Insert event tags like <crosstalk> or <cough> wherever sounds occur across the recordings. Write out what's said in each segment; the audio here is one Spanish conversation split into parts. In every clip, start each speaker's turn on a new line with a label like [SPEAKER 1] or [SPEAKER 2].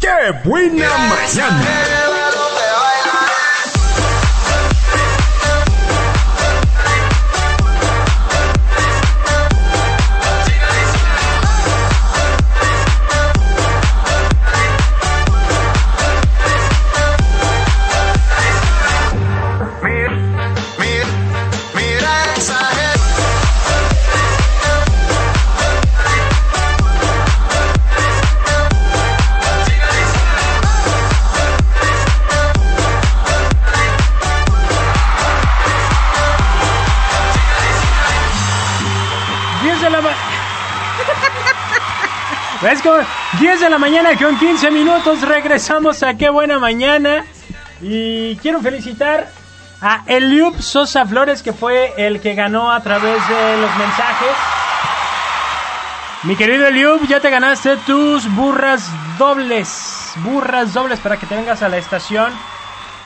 [SPEAKER 1] ¡Qué buena mañana!
[SPEAKER 2] Mira esa gente.
[SPEAKER 3] ¡10 de la mañana! ¿Ves cómo? 10 de la mañana con 15 minutos. Regresamos a Qué Buena Mañana. Y quiero felicitar a Eliub Sosa Flores, que fue el que ganó a través de los mensajes. Mi querido Eliub, ya te ganaste tus burras dobles. Burras dobles para que te vengas a la estación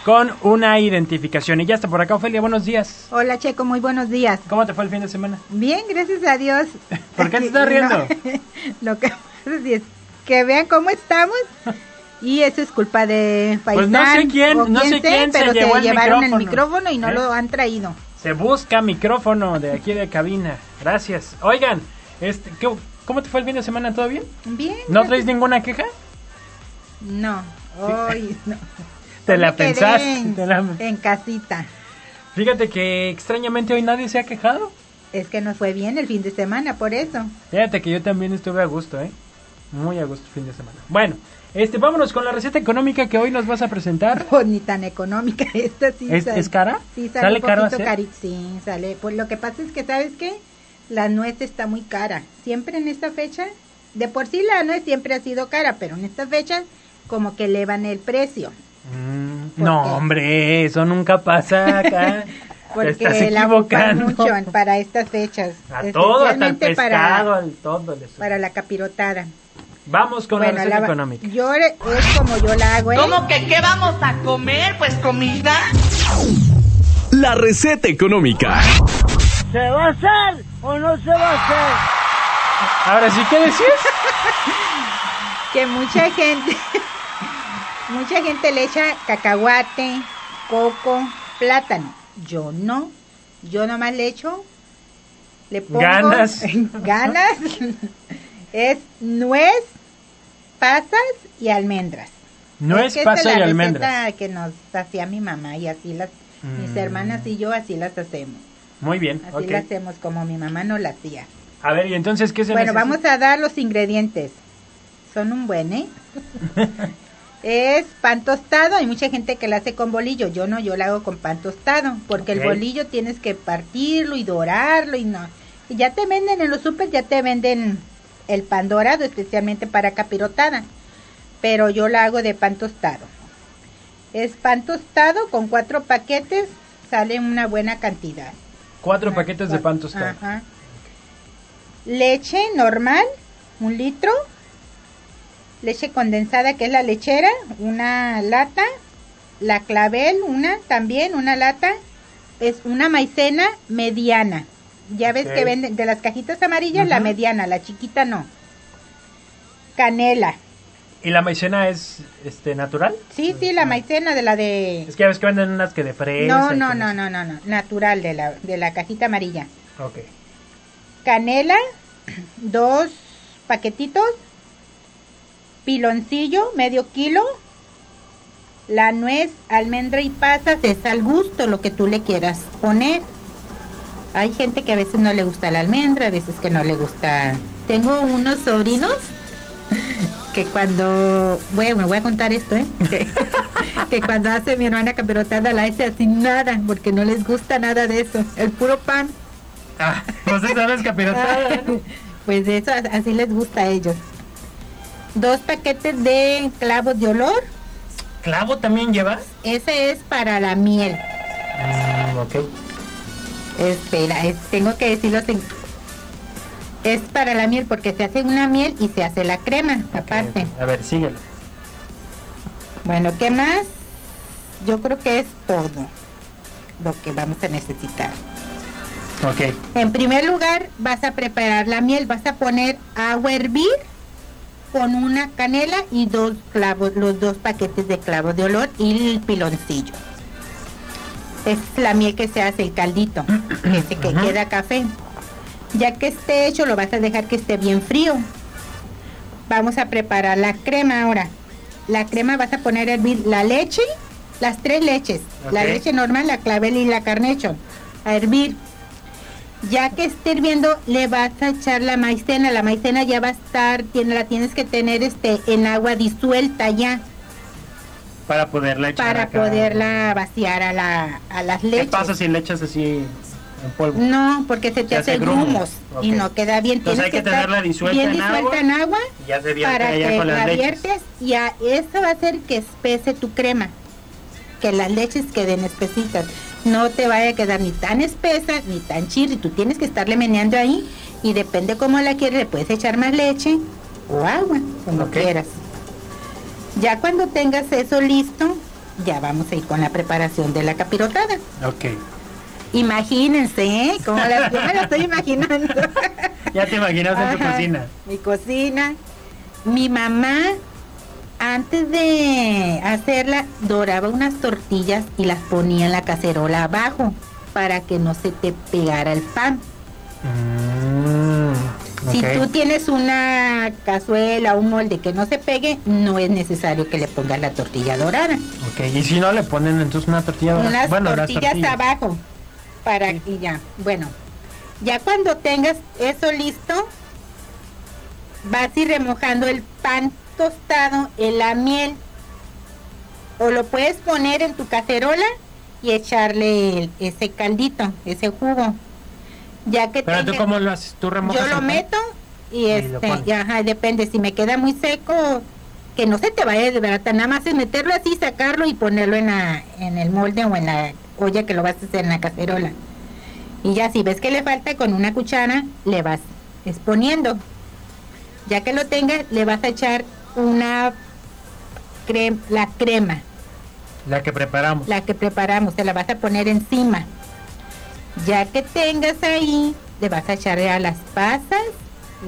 [SPEAKER 3] con una identificación. Y ya está por acá, Ofelia. Buenos días.
[SPEAKER 4] Hola Checo, muy buenos días.
[SPEAKER 3] ¿Cómo te fue el fin de semana?
[SPEAKER 4] Bien, gracias a Dios.
[SPEAKER 3] <laughs> ¿Por qué te estás
[SPEAKER 4] No,
[SPEAKER 3] riendo?
[SPEAKER 4] <laughs> lo que pasa es que vean cómo estamos y eso es culpa de
[SPEAKER 3] Pues
[SPEAKER 4] Paisán.
[SPEAKER 3] no sé quién,
[SPEAKER 4] o
[SPEAKER 3] no sé quién se
[SPEAKER 4] pero
[SPEAKER 3] llevó el
[SPEAKER 4] llevaron
[SPEAKER 3] micrófono.
[SPEAKER 4] el micrófono y no
[SPEAKER 3] ¿Eh?
[SPEAKER 4] lo han traído.
[SPEAKER 3] Se busca micrófono de aquí de cabina. Gracias. Oigan, este, ¿qué- ¿cómo te fue el fin de semana? ¿Todo bien?
[SPEAKER 4] Bien.
[SPEAKER 3] ¿No
[SPEAKER 4] gracias.
[SPEAKER 3] traes ninguna queja?
[SPEAKER 4] No. Ay, no.
[SPEAKER 3] <laughs> Te la
[SPEAKER 4] Pues Me quedé
[SPEAKER 3] pensaste.
[SPEAKER 4] En,
[SPEAKER 3] te la-
[SPEAKER 4] en casita.
[SPEAKER 3] Fíjate que extrañamente hoy nadie se ha quejado.
[SPEAKER 4] Es que nos fue bien el fin de semana, por eso.
[SPEAKER 3] Fíjate que yo también estuve a gusto, ¿eh? Muy a gusto el fin de semana. Bueno, este, vámonos con la receta económica que hoy nos vas
[SPEAKER 4] <laughs>
[SPEAKER 3] a presentar.
[SPEAKER 4] Pues ni tan económica <laughs> esta sí
[SPEAKER 3] ¿Es,
[SPEAKER 4] sale-
[SPEAKER 3] es cara?
[SPEAKER 4] Sí, sale, un
[SPEAKER 3] caro
[SPEAKER 4] poquito
[SPEAKER 3] hacer?
[SPEAKER 4] cari- Sí, sale. Pues lo que pasa es que, ¿sabes qué? La nuez está muy cara. Siempre en esta fecha, de por sí la nuez siempre ha sido cara, pero en esta fecha como que elevan el precio.
[SPEAKER 3] Mm,
[SPEAKER 4] ¿Por
[SPEAKER 3] no,
[SPEAKER 4] qué?
[SPEAKER 3] hombre, eso nunca pasa acá. Te
[SPEAKER 4] <laughs> Porque
[SPEAKER 3] estás
[SPEAKER 4] la ocupan
[SPEAKER 3] equivocando.
[SPEAKER 4] mucho en- para estas fechas.
[SPEAKER 3] A todo, hasta el
[SPEAKER 4] especialmente
[SPEAKER 3] pescado,
[SPEAKER 4] Para,
[SPEAKER 3] al todo. le sube.
[SPEAKER 4] para la capirotada.
[SPEAKER 3] Vamos con la receta
[SPEAKER 4] va-
[SPEAKER 3] económica.
[SPEAKER 4] Yo re- es como yo la hago, ¿eh?
[SPEAKER 5] ¿Cómo que qué vamos a comer? Pues comida.
[SPEAKER 1] La receta económica.
[SPEAKER 3] ¿Se va a hacer o no se va a hacer? Ahora sí, ¿qué
[SPEAKER 4] <laughs>
[SPEAKER 3] decís?
[SPEAKER 4] que mucha gente <laughs> mucha gente le echa cacahuate, coco, plátano. Yo no. Yo nomás le echo le pongo
[SPEAKER 3] Ganas.
[SPEAKER 4] <laughs> ganas. es nuez, pasas y almendras.
[SPEAKER 3] No es
[SPEAKER 4] que esta
[SPEAKER 3] pasa
[SPEAKER 4] la receta
[SPEAKER 3] y almendras.
[SPEAKER 4] que nos hacía mi mamá y así las mis
[SPEAKER 3] Mm.
[SPEAKER 4] hermanas y yo así las hacemos.
[SPEAKER 3] Muy bien,
[SPEAKER 4] Así
[SPEAKER 3] ok.
[SPEAKER 4] las hacemos como mi mamá no la hacía.
[SPEAKER 3] A ver, ¿y entonces qué se
[SPEAKER 4] Bueno,
[SPEAKER 3] necesita?
[SPEAKER 4] vamos a dar los ingredientes. Son un buen,
[SPEAKER 3] <laughs>
[SPEAKER 4] ¿eh? es pan tostado. Hay mucha gente que la hace con bolillo. Yo no, yo la hago con pan tostado. Porque
[SPEAKER 3] Ok.
[SPEAKER 4] el bolillo tienes que partirlo y dorarlo y no. Y ya te venden en los super, ya te venden el pan dorado, especialmente para capirotada. Pero yo la hago de pan tostado. Es pan tostado con cuatro paquetes. Sale una buena cantidad.
[SPEAKER 3] Cuatro
[SPEAKER 4] Ah,
[SPEAKER 3] paquetes de
[SPEAKER 4] cuatro.
[SPEAKER 3] pan tostado.
[SPEAKER 4] Ajá. Leche normal, un litro. Leche condensada, que es la lechera, una lata. La clavel, una también, una lata. Es una maicena mediana. Ya ves
[SPEAKER 3] Ok.
[SPEAKER 4] que venden de las cajitas amarillas, la
[SPEAKER 3] Ujú.
[SPEAKER 4] mediana, la chiquita no. Canela.
[SPEAKER 3] ¿Y la maicena es este natural?
[SPEAKER 4] Sí, sí, la maicena de la de...
[SPEAKER 3] Es que a veces que venden unas que de fresa.
[SPEAKER 4] no,
[SPEAKER 3] y que
[SPEAKER 4] no, no, no, no, no. Natural de la, de la cajita amarilla.
[SPEAKER 3] Ok.
[SPEAKER 4] canela, dos paquetitos, piloncillo, medio kilo, la nuez, almendra y pasas, es al gusto lo que tú le quieras poner. Hay gente que a veces no le gusta la almendra, a veces que no le gusta. Tengo unos sobrinos <laughs> que cuando, bueno, me voy a contar esto, ¿eh? <laughs> Que, que cuando hace mi hermana caperotada la hace así nada, porque no les gusta nada de eso, el puro pan.
[SPEAKER 3] Ah, entonces
[SPEAKER 4] <laughs>
[SPEAKER 3] sabes
[SPEAKER 4] Ah.
[SPEAKER 3] capirotada.
[SPEAKER 4] Pues eso, as- así les gusta a ellos. Dos paquetes de clavos de olor.
[SPEAKER 3] ¿Clavo también lleva?
[SPEAKER 4] Ese es para la miel.
[SPEAKER 3] Mm, ok.
[SPEAKER 4] Espera, es- tengo que decirlo. sin- Es para la miel porque se hace una miel y se hace la crema aparte.
[SPEAKER 3] A ver, síguelo.
[SPEAKER 4] Bueno, ¿qué más? Yo creo que es todo lo que vamos a necesitar.
[SPEAKER 3] Ok.
[SPEAKER 4] En primer lugar, vas a preparar la miel, vas a poner agua a hervir, con una canela y dos clavos, los dos paquetes de clavo de olor y el piloncillo. Es la miel que se hace, el caldito, que se que queda café. Ya que esté hecho, lo vas a dejar que esté bien frío. Vamos a preparar la crema ahora. La crema vas a poner a hervir la leche, las tres leches, la
[SPEAKER 3] Ok.
[SPEAKER 4] leche normal, la clavel y la carnation, a hervir. Ya que esté hirviendo, le vas a echar la maicena. La maicena ya va a estar, tiene, la tienes que tener este en agua disuelta ya
[SPEAKER 3] Para poderla echar
[SPEAKER 4] para
[SPEAKER 3] acá.
[SPEAKER 4] poderla vaciar a, la, a las
[SPEAKER 3] ¿Qué
[SPEAKER 4] leches.
[SPEAKER 3] pasa si le echas así en polvo?
[SPEAKER 4] No, porque se te
[SPEAKER 3] Se hace
[SPEAKER 4] hace
[SPEAKER 3] grumo.
[SPEAKER 4] grumos y
[SPEAKER 3] Ok.
[SPEAKER 4] no queda bien.
[SPEAKER 3] Entonces hay que
[SPEAKER 4] estar
[SPEAKER 3] tenerla disuelta
[SPEAKER 4] bien
[SPEAKER 3] en
[SPEAKER 4] disuelta
[SPEAKER 3] agua.
[SPEAKER 4] en agua
[SPEAKER 3] Y ya se vierte
[SPEAKER 4] para
[SPEAKER 3] allá
[SPEAKER 4] que
[SPEAKER 3] con
[SPEAKER 4] la
[SPEAKER 3] las leches.
[SPEAKER 4] viertes y a, esto va a hacer que espese tu crema, que las leches queden espesitas. No te vaya a quedar ni tan espesa ni tan chirri. Tú tienes que estarle meneando ahí y depende cómo la quieres, le puedes echar más leche o agua, como
[SPEAKER 3] Ok.
[SPEAKER 4] quieras. Ya cuando tengas eso listo, ya vamos a ir con la preparación de la capirotada.
[SPEAKER 3] Ok.
[SPEAKER 4] Imagínense, ¿eh? Como la, yo me la estoy
[SPEAKER 3] <laughs>
[SPEAKER 4] imaginando.
[SPEAKER 3] Ya te imaginas en tu
[SPEAKER 4] Ajá,
[SPEAKER 3] cocina.
[SPEAKER 4] Mi cocina. Mi mamá, antes de hacerla, doraba unas tortillas y las ponía en la cacerola abajo para que no se te pegara el pan.
[SPEAKER 3] Mm,
[SPEAKER 4] Si tú
[SPEAKER 3] ok.
[SPEAKER 4] tienes una cazuela, un molde que no se pegue, no es necesario que le pongas la tortilla dorada.
[SPEAKER 3] Ok, y si no le ponen entonces una tortilla dorada?
[SPEAKER 4] unas
[SPEAKER 3] bueno, las
[SPEAKER 4] tortillas
[SPEAKER 3] tortillas.
[SPEAKER 4] abajo para y ya bueno ya cuando tengas eso listo vas a ir remojando el pan tostado en la miel o lo puedes poner en tu cacerola y echarle el- ese caldito ese jugo ya que
[SPEAKER 3] Pero tú
[SPEAKER 4] tengas-
[SPEAKER 3] cómo lo haces, tú remojas.
[SPEAKER 4] yo
[SPEAKER 3] el
[SPEAKER 4] lo
[SPEAKER 3] pan?
[SPEAKER 4] meto y
[SPEAKER 3] Y lo
[SPEAKER 4] este,
[SPEAKER 3] pones.
[SPEAKER 4] y ajá, depende, si me queda muy seco, que no se te vaya a desbaratar, nada más es meterlo así, sacarlo y ponerlo en, la, en el molde o en la olla que lo vas a hacer en la cacerola. Y ya si ves que le falta con una cuchara, le vas exponiendo. Ya que lo tengas, le vas a echar una crema, la crema,
[SPEAKER 3] La que preparamos.
[SPEAKER 4] la que preparamos, te la vas a poner encima. Ya que tengas ahí, le vas a echar a las pasas,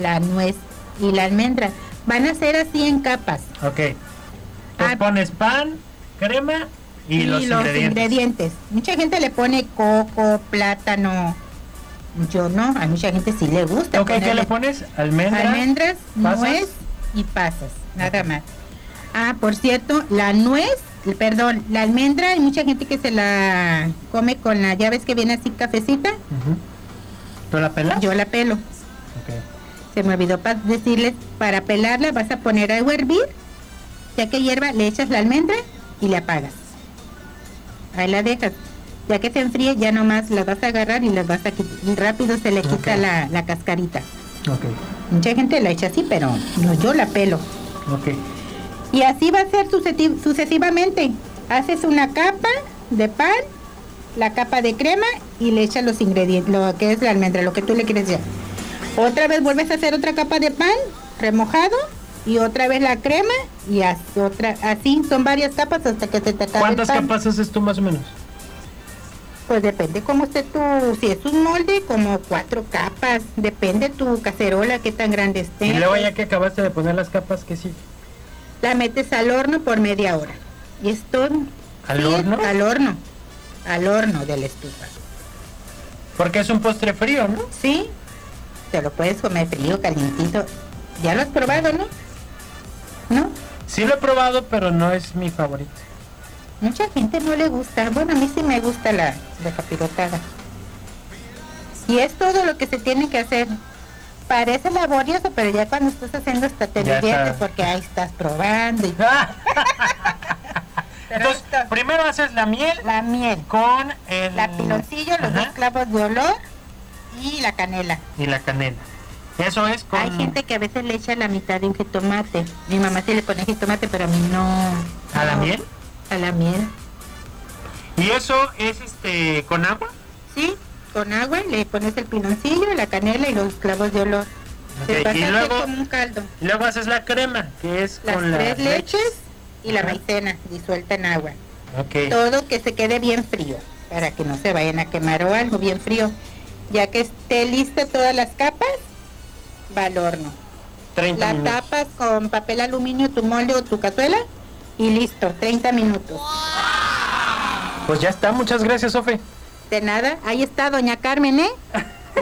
[SPEAKER 4] la nuez y la almendra. Van a ser así en capas.
[SPEAKER 3] Ok. Pues
[SPEAKER 4] Ah.
[SPEAKER 3] pones pan, crema y, los, ingredientes.
[SPEAKER 4] ingredientes. Mucha gente le pone coco, plátano. Yo no, a mucha gente sí le gusta.
[SPEAKER 3] Ok, ¿qué
[SPEAKER 4] ponerle
[SPEAKER 3] le pones? Almendra.
[SPEAKER 4] Almendras,
[SPEAKER 3] pasas.
[SPEAKER 4] nuez y pasas, nada más. Ah, por cierto, la nuez, perdón, la almendra, hay mucha gente que se la come con la, ya ves que viene así cafecita,
[SPEAKER 3] Ujú. ¿Tú la pelas?
[SPEAKER 4] yo la pelo.
[SPEAKER 3] Ok.
[SPEAKER 4] Se me olvidó pa- decirles, para pelarla vas a poner agua a hervir, ya que hierva, le echas la almendra y la apagas. Ahí la dejas. Ya que se enfríe, ya nomás las vas a agarrar y las vas a quitar. Y rápido se le quita
[SPEAKER 3] Ok.
[SPEAKER 4] la, la cascarita.
[SPEAKER 3] Ok.
[SPEAKER 4] Mucha gente la echa así, pero no, yo la pelo.
[SPEAKER 3] Ok.
[SPEAKER 4] Y así va a ser suceti- sucesivamente. Haces una capa de pan, la capa de crema y le echas los ingredientes, lo que es la almendra, lo que tú le quieres echar. Otra vez vuelves a hacer otra capa de pan remojado y otra vez la crema y haz otra así son varias capas hasta que se te acabe el
[SPEAKER 3] ¿Cuántas
[SPEAKER 4] pan.
[SPEAKER 3] capas haces tú más o menos?
[SPEAKER 4] Pues depende cómo esté tu, si es un molde como cuatro capas, depende tu cacerola qué tan grande esté.
[SPEAKER 3] Y luego ya que acabaste de poner las capas, ¿qué sí?
[SPEAKER 4] La metes al horno por media hora. Y es todo.
[SPEAKER 3] ¿Al
[SPEAKER 4] Sí,
[SPEAKER 3] horno?
[SPEAKER 4] Al horno. Al horno de la estufa.
[SPEAKER 3] Porque es un postre frío, ¿no?
[SPEAKER 4] ¿Sí? Te lo puedes comer frío, calientito. Ya lo has probado, ¿no? ¿No?
[SPEAKER 3] Sí lo he probado, pero no es mi favorito. <laughs>
[SPEAKER 4] Mucha gente no le gusta. Bueno, a mí sí me gusta la, la capirotada. Y es todo lo que se tiene que hacer. Parece laborioso, pero ya cuando estás haciendo hasta te
[SPEAKER 3] Ya
[SPEAKER 4] diviertes
[SPEAKER 3] está.
[SPEAKER 4] porque ahí estás probando. Y... Pero
[SPEAKER 3] Ah, Entonces,
[SPEAKER 4] esto-
[SPEAKER 3] primero haces la miel
[SPEAKER 4] la miel.
[SPEAKER 3] con el...
[SPEAKER 4] La piloncillo, los
[SPEAKER 3] Ajá,
[SPEAKER 4] dos clavos de olor y la canela.
[SPEAKER 3] Y la canela. Eso es con...
[SPEAKER 4] Hay gente que a veces le echa la mitad de un jitomate. Mi mamá sí le pone jitomate, pero a mí no.
[SPEAKER 3] ¿A la
[SPEAKER 4] no.
[SPEAKER 3] miel?
[SPEAKER 4] A la miel.
[SPEAKER 3] Y eso es este con agua.
[SPEAKER 4] Sí, con agua le pones el piloncillo, la canela y los clavos de olor.
[SPEAKER 3] Ok,
[SPEAKER 4] Se pasa
[SPEAKER 3] y
[SPEAKER 4] a hacer
[SPEAKER 3] luego-
[SPEAKER 4] como un caldo.
[SPEAKER 3] Y luego haces la crema, que es
[SPEAKER 4] Las
[SPEAKER 3] con
[SPEAKER 4] tres
[SPEAKER 3] las
[SPEAKER 4] leches y la
[SPEAKER 3] Ajá.
[SPEAKER 4] maicena disuelta en agua.
[SPEAKER 3] Ok.
[SPEAKER 4] Todo que se quede bien frío, para que no se vayan a quemar o algo bien frío. Ya que esté lista todas las capas, va al horno.
[SPEAKER 3] 30
[SPEAKER 4] La
[SPEAKER 3] minutos.
[SPEAKER 4] tapas con papel aluminio, tu mole o tu cazuela y listo, 30 minutos.
[SPEAKER 3] Pues ya está, muchas gracias, Sofe.
[SPEAKER 4] De nada, ahí está doña Carmen, ¿eh?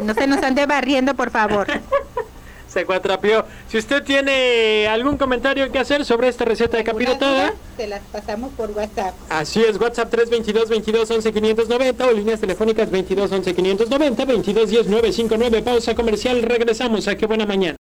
[SPEAKER 4] No se nos ande barriendo, por favor.
[SPEAKER 3] Se cuatrapió. Si usted tiene algún comentario que hacer sobre esta receta de capirotada,
[SPEAKER 4] Te las pasamos por WhatsApp.
[SPEAKER 3] así es, WhatsApp 322 22 11 590 o líneas telefónicas 22 11 590 22 10 959. Pausa comercial, regresamos. A qué buena mañana.